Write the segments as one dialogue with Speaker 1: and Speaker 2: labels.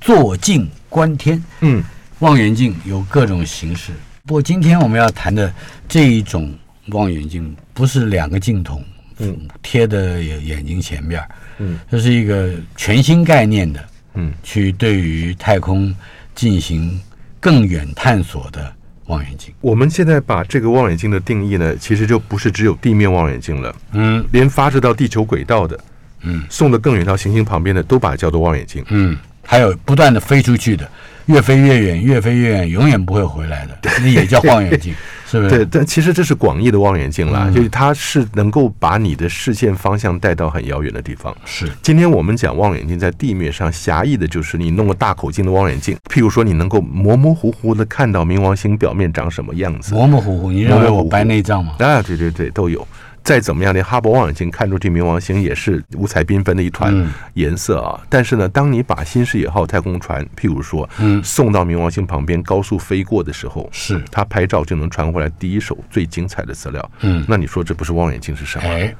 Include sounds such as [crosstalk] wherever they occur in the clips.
Speaker 1: 坐镜观天。
Speaker 2: 嗯，
Speaker 1: 望远镜有各种形式，不过今天我们要谈的这一种望远镜，不是两个镜筒，嗯，贴的眼睛前面，
Speaker 2: 嗯，
Speaker 1: 这是一个全新概念的，
Speaker 2: 嗯，
Speaker 1: 去对于太空进行更远探索的望远镜。
Speaker 2: 我们现在把这个望远镜的定义呢，其实就不是只有地面望远镜了，
Speaker 1: 嗯
Speaker 2: 连发射到地球轨道的，
Speaker 1: 嗯，
Speaker 2: 送得更远到行星旁边的，都把它叫做望远镜。
Speaker 1: 嗯，还有不断的飞出去的，越飞越远，越飞越远，永远不会回来的，那也叫望远
Speaker 2: [laughs]
Speaker 1: 镜，是不是？
Speaker 2: 对，但其实这是广义的望远镜
Speaker 1: 嗯
Speaker 2: 啦，就是它是能够把你的视线方向带到很遥远的地方。
Speaker 1: 是，
Speaker 2: 今天我们讲望远镜在地面上，狭义的就是你弄个大口径的望远镜，譬如说你能够模模糊糊的看到冥王星表面长什么样子。
Speaker 1: 模模糊糊。你认为
Speaker 2: 模模糊
Speaker 1: 我
Speaker 2: 糊
Speaker 1: 白内障吗？
Speaker 2: 啊，对对对，都有。再怎么样，连哈勃望远镜看出去冥王星也是五彩缤纷的一团
Speaker 1: 嗯
Speaker 2: 颜色啊。但是呢，当你把新视野号太空船，譬如说，
Speaker 1: 嗯
Speaker 2: 送到冥王星旁边高速飞过的时候，
Speaker 1: 是，
Speaker 2: 它拍照就能传回来第一手最精彩的资料。
Speaker 1: 嗯，
Speaker 2: 那你说这不是望远镜是什么？
Speaker 1: 哎，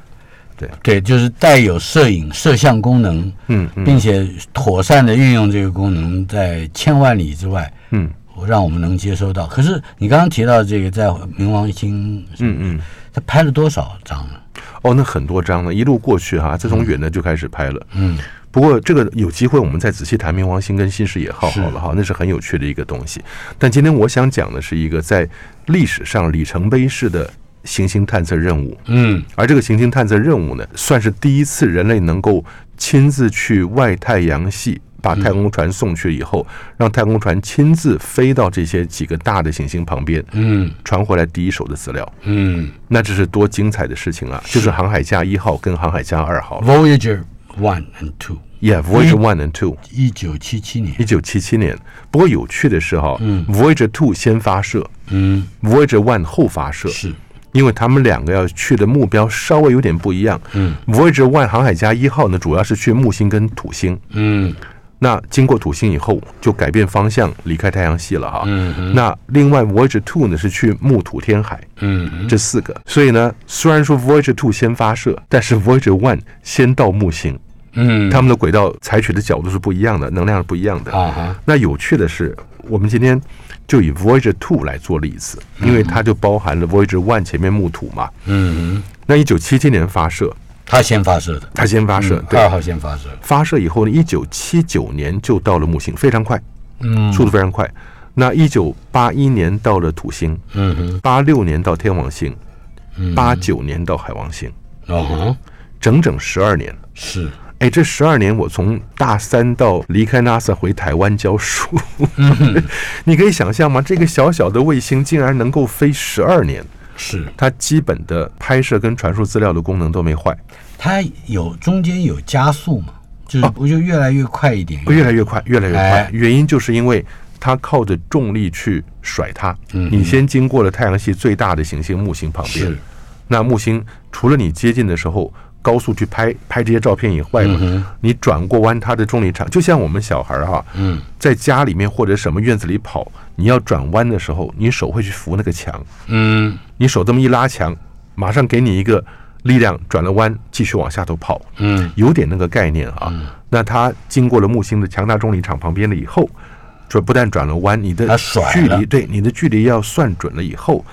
Speaker 2: 对
Speaker 1: 对，就是带有摄影摄像功能，
Speaker 2: 嗯嗯
Speaker 1: 并且妥善的运用这个功能，在千万里之外，
Speaker 2: 嗯
Speaker 1: 让我们能接收到。可是你刚刚提到这个在冥王星，
Speaker 2: 嗯嗯，
Speaker 1: 它拍了多少张呢？
Speaker 2: 哦，那很多张呢，一路过去哈、这从远的就开始拍了。
Speaker 1: 嗯，
Speaker 2: 不过这个有机会我们再仔细谈冥王星跟新视野号好了哈，那是很有趣的一个东西。但今天我想讲的是一个在历史上里程碑式的行星探测任务，
Speaker 1: 嗯
Speaker 2: 而这个行星探测任务呢，算是第一次人类能够亲自去外太阳系。把太空船送去以后，
Speaker 1: 嗯
Speaker 2: 让太空船亲自飞到这些几个大的行星旁边，
Speaker 1: 嗯
Speaker 2: 传回来第一手的资料，
Speaker 1: 嗯
Speaker 2: 那这是多精彩的事情啊！就是航海家一号跟航海家二号
Speaker 1: ，Voyager One and Two，
Speaker 2: ，Yeah，Voyager One and Two，
Speaker 1: 一九七七年，
Speaker 2: 一九七七年。不过有趣的是哈、v o y a g e r Two 先发射
Speaker 1: 嗯，
Speaker 2: ，Voyager One 后发射，
Speaker 1: 是，
Speaker 2: 因为他们两个要去的目标稍微有点不一样。
Speaker 1: 嗯
Speaker 2: Voyager One 航海家一号呢，主要是去木星跟土星。
Speaker 1: 嗯
Speaker 2: 那经过土星以后，就改变方向，离开太阳系了哈、
Speaker 1: 嗯哼
Speaker 2: 那另外 Voyager Two 呢是去木土天海
Speaker 1: 嗯哼
Speaker 2: 这四个，所以呢，虽然说 Voyager Two 先发射，但是 Voyager One 先到木星，
Speaker 1: 嗯，
Speaker 2: 他们的轨道采取的角度是不一样的，能量是不一样的。
Speaker 1: 啊哈，
Speaker 2: 那有趣的是，我们今天就以 Voyager Two 来做例子，因为它就包含了 Voyager One 前面木土嘛。
Speaker 1: 嗯哼，
Speaker 2: 那一九七七年发射，
Speaker 1: 他先发射的，
Speaker 2: 它先发射，
Speaker 1: 嗯
Speaker 2: 对
Speaker 1: 二，号先发射，
Speaker 2: 发射以后呢，一九七九年就到了木星，非常快，
Speaker 1: 嗯
Speaker 2: 速度非常快。那一九八一年到了土星，
Speaker 1: 嗯哼，
Speaker 2: 八六年到天王星，
Speaker 1: 嗯
Speaker 2: 八九年到海王星，嗯
Speaker 1: 哦哈，
Speaker 2: 整整十二年。
Speaker 1: 是，
Speaker 2: 哎，这十二年我从大三到离开 NASA 回台湾教书， [laughs] 你可以想象吗？这个小小的卫星竟然能够飞十二年，
Speaker 1: 是，
Speaker 2: 它基本的拍摄跟传输资料的功能都没坏，
Speaker 1: 它有中间有加速嘛，
Speaker 2: 哦
Speaker 1: 就是不就越来越快一点？
Speaker 2: 越来越快，越来越
Speaker 1: 哎
Speaker 2: 快。原因就是因为它靠着重力去甩它，你先经过了太阳系最大的行星木星旁边
Speaker 1: 嗯是，
Speaker 2: 那木星除了你接近的时候。高速去拍拍这些照片以外嘛，你转过弯，它的重力场就像我们小孩儿、哈，
Speaker 1: 嗯，
Speaker 2: 在家里面或者什么院子里跑，你要转弯的时候，你手会去扶那个墙，
Speaker 1: 嗯
Speaker 2: 你手这么一拉墙，马上给你一个力量，转了弯，继续往下头跑，
Speaker 1: 嗯
Speaker 2: 有点那个概念啊。那它经过了木星的强大重力场旁边了以后，这不但转了弯，你的
Speaker 1: 它甩
Speaker 2: 距
Speaker 1: 了
Speaker 2: 离对你的距离要算准了以后，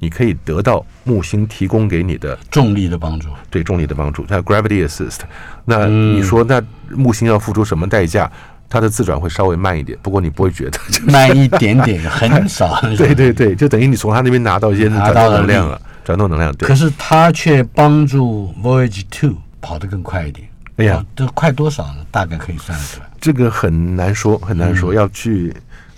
Speaker 2: 你可以得到木星提供给你的
Speaker 1: 重力的帮助，
Speaker 2: 对重力的帮助，它 gravity assist。那
Speaker 1: 嗯
Speaker 2: 你说，那木星要付出什么代价？它的自转会稍微慢一点，不过你不会觉得。
Speaker 1: [laughs] 慢一点点，很少， [laughs] 很少
Speaker 2: 对。对对，就等于你从他那边拿到一些
Speaker 1: 拿
Speaker 2: 转
Speaker 1: 到
Speaker 2: 动
Speaker 1: 了
Speaker 2: 能量
Speaker 1: 力
Speaker 2: 了，转动能量。对
Speaker 1: 可，是它却帮助 Voyage Two 跑得更快一点。
Speaker 2: 哎呀
Speaker 1: 跑得快多少呢？大概可以算得出来。
Speaker 2: 这个很难说，很难
Speaker 1: 嗯
Speaker 2: 说，要去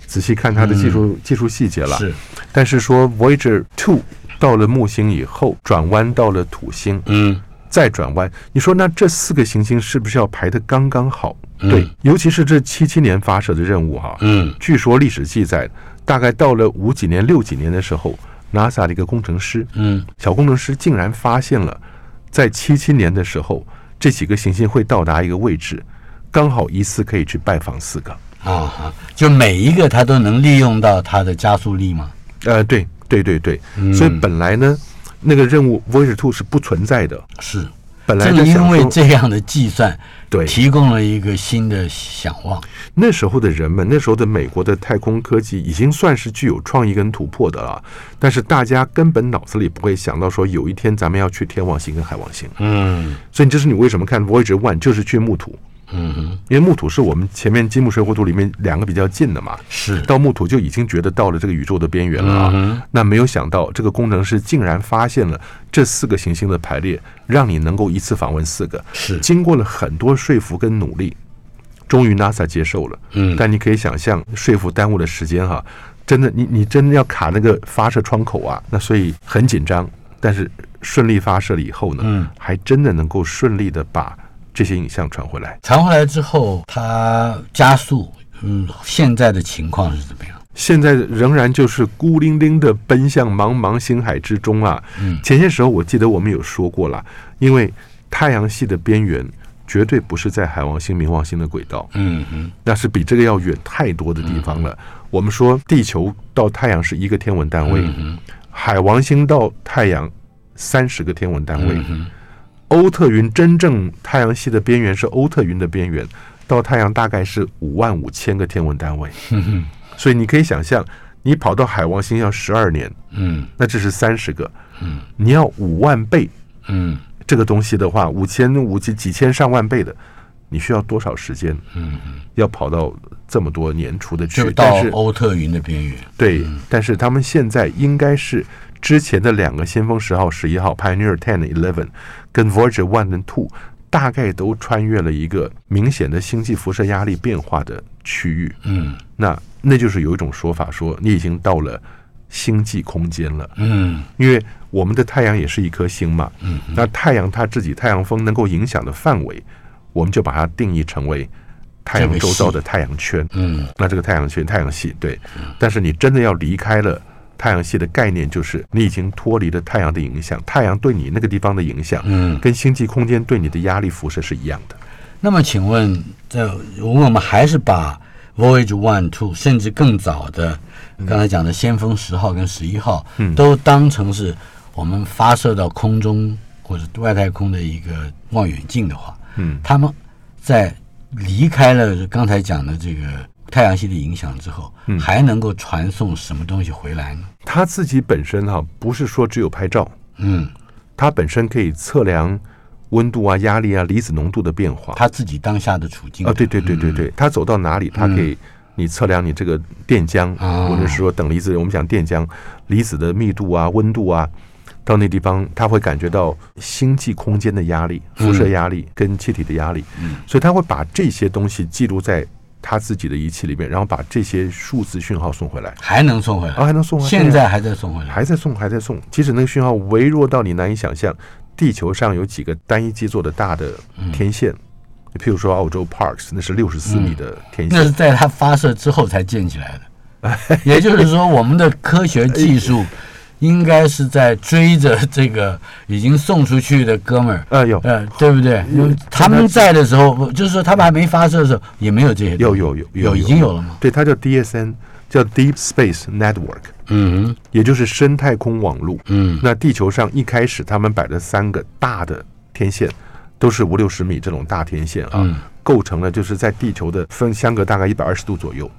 Speaker 2: 仔细看它的技术技术细节了。
Speaker 1: 是，
Speaker 2: 但是说 Voyager Two 到了木星以后，转弯到了土星，
Speaker 1: 嗯
Speaker 2: 再转弯，你说那这四个行星是不是要排得刚刚好？对，尤其是这七七年发射的任务哈，
Speaker 1: 嗯
Speaker 2: 据说历史记载，大概到了五几年、六几年的时候，NASA 的一个工程师，
Speaker 1: 嗯
Speaker 2: 小工程师竟然发现了，在七七年的时候，这几个行星会到达一个位置，刚好一次可以去拜访四个。
Speaker 1: 啊哈，就每一个它都能利用到它的加速力吗？
Speaker 2: 呃，对
Speaker 1: 嗯
Speaker 2: 对对对，所以本来呢，那个任务 Voyager Two 是不存在的，
Speaker 1: 是，
Speaker 2: 本来在
Speaker 1: 正因
Speaker 2: 想
Speaker 1: 为
Speaker 2: 说
Speaker 1: 这样的计算，
Speaker 2: 对
Speaker 1: 提供了一个新的想望。
Speaker 2: 那时候的人们，那时候的美国的太空科技已经算是具有创意跟突破的了，但是大家根本脑子里不会想到说有一天咱们要去天王星跟海王星。
Speaker 1: 嗯
Speaker 2: 所以这是你为什么看 Voyager One 就是去木土，
Speaker 1: 嗯哼，
Speaker 2: 因为木土是我们前面金木水火土里面两个比较近的嘛，
Speaker 1: 是
Speaker 2: 到木土就已经觉得到了这个宇宙的边缘了啊。
Speaker 1: 嗯
Speaker 2: 那没有想到这个工程师竟然发现了这四个行星的排列，让你能够一次访问四个。
Speaker 1: 是
Speaker 2: 经过了很多说服跟努力，终于 NASA 接受了。
Speaker 1: 嗯
Speaker 2: 但你可以想象，说服耽误的时间哈、真的，你你真的要卡那个发射窗口啊，那所以很紧张。但是顺利发射了以后呢，
Speaker 1: 嗯
Speaker 2: 还真的能够顺利的把这些影像传回来。
Speaker 1: 传回来之后，它加速。嗯，现在的情况是怎么样？
Speaker 2: 现在仍然就是孤零零的奔向茫茫星海之中啊。
Speaker 1: 嗯
Speaker 2: 前些时候我记得我们有说过了，因为太阳系的边缘绝对不是在海王星、冥王星的轨道，
Speaker 1: 嗯哼，
Speaker 2: 那是比这个要远太多的地方了。我们说地球到太阳是一个天文单位，
Speaker 1: 嗯
Speaker 2: 海王星到太阳三十个天文单位。
Speaker 1: 嗯哼，
Speaker 2: 欧特云真正太阳系的边缘是欧特云的边缘，到太阳大概是五万五千个天文单位。
Speaker 1: 嗯
Speaker 2: 所以你可以想象，你跑到海王星要十二年，
Speaker 1: 嗯
Speaker 2: 那这是三十个，
Speaker 1: 嗯，
Speaker 2: 你要五万倍
Speaker 1: 嗯
Speaker 2: 这个东西的话，五千五几几千上万倍的，你需要多少时间？
Speaker 1: 嗯，
Speaker 2: 要跑到这么多年除的
Speaker 1: 就
Speaker 2: 去，
Speaker 1: 到
Speaker 2: 但是
Speaker 1: 欧嗯特云的边缘。
Speaker 2: 对，但是他们现在应该是之前的两个先锋十号、十一号 Pioneer Ten、Eleven 跟 Voyager One 跟 Two 大概都穿越了一个明显的星际辐射压力变化的区域。
Speaker 1: 嗯
Speaker 2: 那那就是有一种说法说你已经到了星际空间了，
Speaker 1: 嗯
Speaker 2: 因为我们的太阳也是一颗星嘛。那太阳它自己太阳风能够影响的范围，我们就把它定义成为太
Speaker 1: 这
Speaker 2: 阳
Speaker 1: 个
Speaker 2: 周遭
Speaker 1: 系
Speaker 2: 的太阳圈。
Speaker 1: 嗯
Speaker 2: 那这个太阳系，太阳系对，但是你真的要离开了太阳系的概念，就是你已经脱离了太阳的影响，太阳对你那个地方的影响，
Speaker 1: 嗯。
Speaker 2: 跟星际空间对你的压力辐射是一样的。
Speaker 1: 那么，请问，在如果我们还是把 Voyage One、Two，甚至更早的，刚才讲的先锋十号跟十一号，
Speaker 2: 嗯
Speaker 1: 都当成是我们发射到空中或者外太空的一个望远镜的话，
Speaker 2: 嗯，
Speaker 1: 他们在离开了刚才讲的这个太阳系的影响之后，
Speaker 2: 嗯
Speaker 1: 还能够传送什么东西回来呢？
Speaker 2: 它自己本身哈、不是说只有拍照，
Speaker 1: 嗯，
Speaker 2: 它本身可以测量温度啊、压力啊、离子浓度的变化。
Speaker 1: 他自己当下的处境
Speaker 2: 啊，对对对对
Speaker 1: 嗯
Speaker 2: 对，它走到哪里，它可以你测量你这个电浆，
Speaker 1: 啊
Speaker 2: 或者是说等离子，我们讲电浆离子的密度啊、温度啊，到那地方它会感觉到星际空间的压力、辐射压力跟气体的压力，
Speaker 1: 嗯
Speaker 2: 所以它会把这些东西记录在它自己的仪器里面，然后把这些数字讯号送回来。
Speaker 1: 还能送回来，
Speaker 2: 啊，还能送啊？
Speaker 1: 嗯现在还在送回来，
Speaker 2: 还在送，还在送。即使那个讯号微弱到你难以想象，地球上有几个单一基座的大的
Speaker 1: 嗯
Speaker 2: 天线，譬如说澳洲 Parks，那是六十四米的天
Speaker 1: 嗯那
Speaker 2: 线。
Speaker 1: 是在它发射之后才建起来的。也就是说，我们的科学技术应该是在追着这个已经送出去的哥们儿，
Speaker 2: 啊，有
Speaker 1: 呃，对不对？因为他们在的时候，就是说他们还没发射的时候，也没有这些东
Speaker 2: 有
Speaker 1: 西。
Speaker 2: 有有
Speaker 1: 有已经有了吗？
Speaker 2: 对，它叫 DSN，叫 Deep Space Network，
Speaker 1: 嗯
Speaker 2: 也就是深太空网络。
Speaker 1: 嗯
Speaker 2: 那地球上一开始他们摆的三个大的天线，都是五六十米这种大天线啊，
Speaker 1: 嗯
Speaker 2: 构成了就是在地球的分相隔大概一百二十度左右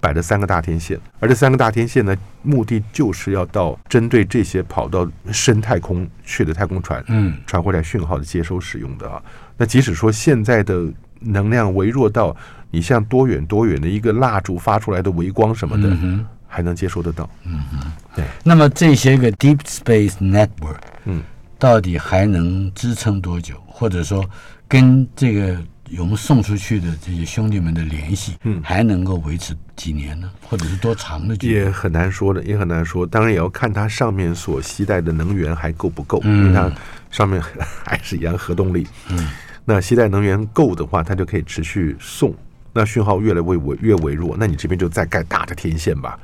Speaker 2: 摆的三个大天线，而这三个大天线呢，目的就是要到针对这些跑到深太空去的太空船
Speaker 1: 嗯
Speaker 2: 传回来讯号的接收使用的啊。那即使说现在的能量微弱到你像多远多远的一个蜡烛发出来的微光什么的，
Speaker 1: 嗯哼。
Speaker 2: 还能接收得到。
Speaker 1: 那么这些个 Deep Space Network，
Speaker 2: 嗯，
Speaker 1: 到底还能支撑多久？或者说，跟这个我们送出去的这些兄弟们的联系，
Speaker 2: 嗯
Speaker 1: 还能够维持几年呢？或者是多长的距离？
Speaker 2: 也很难说的，也很难说。当然也要看它上面所携带的能源还够不够，
Speaker 1: 嗯
Speaker 2: 因为它上面 [laughs] 还是一样核动力。
Speaker 1: 嗯，
Speaker 2: 那携带能源够的话，它就可以持续送。那讯号越来越微越微弱，那你这边就再盖大的天线吧。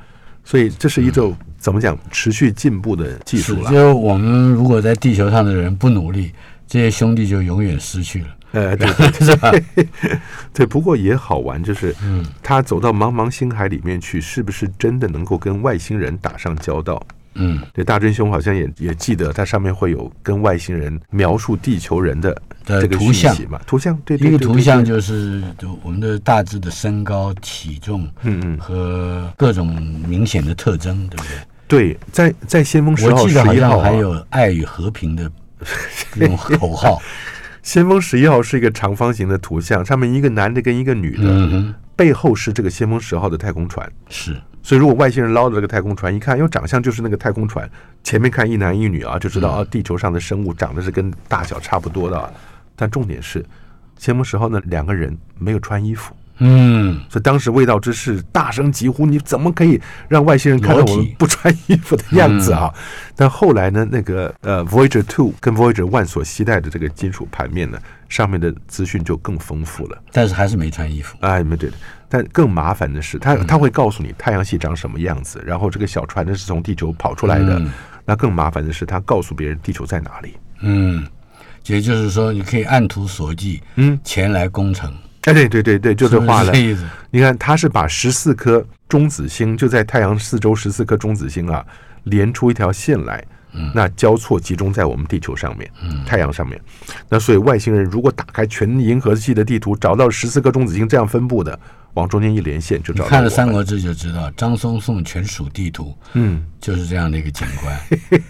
Speaker 2: 所以这是一种、
Speaker 1: 嗯
Speaker 2: 怎么讲持续进步的技术
Speaker 1: 是
Speaker 2: 了。
Speaker 1: 就我们如果在地球上的人不努力，这些兄弟就永远失去了，[laughs]
Speaker 2: 呃，对
Speaker 1: 是吧？
Speaker 2: [laughs]
Speaker 1: 嗯
Speaker 2: 对，不过也好玩，就是他走到茫茫星海里面去，是不是真的能够跟外星人打上交道？
Speaker 1: 嗯
Speaker 2: 对，大真兄好像也也记得，它上面会有跟外星人描述地球人的
Speaker 1: 的
Speaker 2: 这个
Speaker 1: 图像
Speaker 2: 讯息，嘛，图像对对
Speaker 1: 一
Speaker 2: 对
Speaker 1: 个
Speaker 2: 对
Speaker 1: 图
Speaker 2: 对
Speaker 1: 像就是我们的大致的身高、体重
Speaker 2: 嗯嗯
Speaker 1: 和各种明显的特征，对不对？
Speaker 2: 对，在在先锋十号
Speaker 1: 我记得好
Speaker 2: 十一号
Speaker 1: 像
Speaker 2: 啊
Speaker 1: 还有“爱与和平”的那种口号。
Speaker 2: 先锋十一号是一个长方形的图像，上面一个男的跟一个女的，
Speaker 1: 嗯哼，
Speaker 2: 背后是这个先锋十号的太空船。
Speaker 1: 是
Speaker 2: 所以，如果外星人捞着这个太空船，一看，哟，长相就是那个太空船。前面看一男一女啊，就知道啊，地球上的生物长得是跟大小差不多的、啊。但重点是，先锋十号呢，两个人没有穿衣服，
Speaker 1: 嗯，
Speaker 2: 所以当时味道之士大声疾呼：“你怎么可以让外星人看到
Speaker 1: 裸体
Speaker 2: 我们不穿衣服的样子啊？”但后来呢，那个呃，Voyager Two 跟 Voyager One 所携带的这个金属盘面呢，上面的资讯就更丰富了。
Speaker 1: 但是还是没穿衣服。
Speaker 2: 哎，没对的。但更麻烦的是，
Speaker 1: 嗯
Speaker 2: 它它会告诉你太阳系长什么样子，然后这个小船呢是从地球跑出来的。那更麻烦的是，它告诉别人地球在哪里。
Speaker 1: 嗯，也就是说，你可以按图索骥，
Speaker 2: 嗯，
Speaker 1: 前来攻城，
Speaker 2: 哎，对对对对，就这
Speaker 1: 是不是
Speaker 2: 话了
Speaker 1: [laughs] 这。意思。
Speaker 2: 你看，它是把十四颗中子星就在太阳四周十四颗中子星啊，连出一条线来。
Speaker 1: 嗯
Speaker 2: 那交错集中在我们地球上面，太阳上面。那所以外星人如果打开全银河系的地图，找到十四颗中子星这样分布的，往中间一连线就
Speaker 1: 你
Speaker 2: 找到。
Speaker 1: 看了《三，国志》就知道，张松送全属地图
Speaker 2: 嗯，
Speaker 1: 就是这样的一个景观。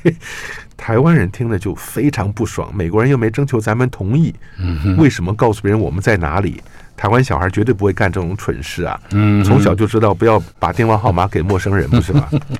Speaker 2: 台湾人听了就非常不爽，美国人又没征求咱们同意，为什么告诉别人我们在哪里？台湾小孩绝对不会干这种蠢事啊！
Speaker 1: 嗯，
Speaker 2: 从小就知道不要把电话号码给陌生人，不是吗？